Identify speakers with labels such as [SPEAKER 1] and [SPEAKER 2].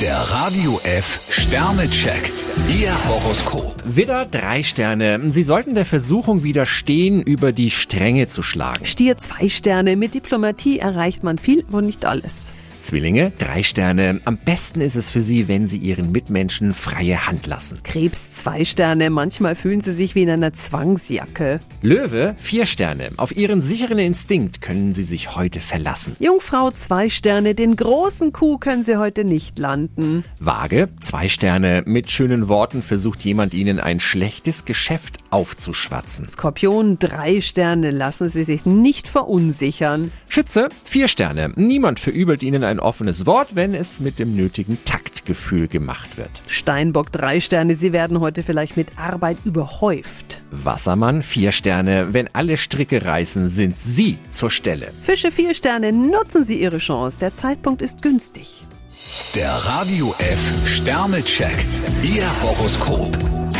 [SPEAKER 1] Der Radio F Sternecheck. Ihr Horoskop.
[SPEAKER 2] Widder, drei Sterne. Sie sollten der Versuchung widerstehen, über die Stränge zu schlagen.
[SPEAKER 3] Stier zwei Sterne. Mit Diplomatie erreicht man viel, wo nicht alles.
[SPEAKER 2] Zwillinge, drei Sterne. Am besten ist es für Sie, wenn Sie Ihren Mitmenschen freie Hand lassen.
[SPEAKER 3] Krebs zwei Sterne. Manchmal fühlen sie sich wie in einer Zwangsjacke.
[SPEAKER 2] Löwe, vier Sterne. Auf Ihren sicheren Instinkt können Sie sich heute verlassen.
[SPEAKER 3] Jungfrau zwei Sterne. Den großen Kuh können sie heute nicht landen.
[SPEAKER 2] Waage, zwei Sterne. Mit schönen Worten versucht jemand Ihnen ein schlechtes Geschäft aufzuschwatzen.
[SPEAKER 3] Skorpion drei Sterne. Lassen sie sich nicht verunsichern.
[SPEAKER 2] Schütze, vier Sterne. Niemand verübelt Ihnen ein offenes Wort, wenn es mit dem nötigen Taktgefühl gemacht wird.
[SPEAKER 3] Steinbock drei Sterne. Sie werden heute vielleicht mit Arbeit überhäuft.
[SPEAKER 2] Wassermann, vier Sterne. Wenn alle Stricke reißen, sind Sie zur Stelle.
[SPEAKER 3] Fische vier Sterne. Nutzen sie ihre Chance. Der Zeitpunkt ist günstig.
[SPEAKER 1] Der Radio F Sternecheck. Ihr Horoskop.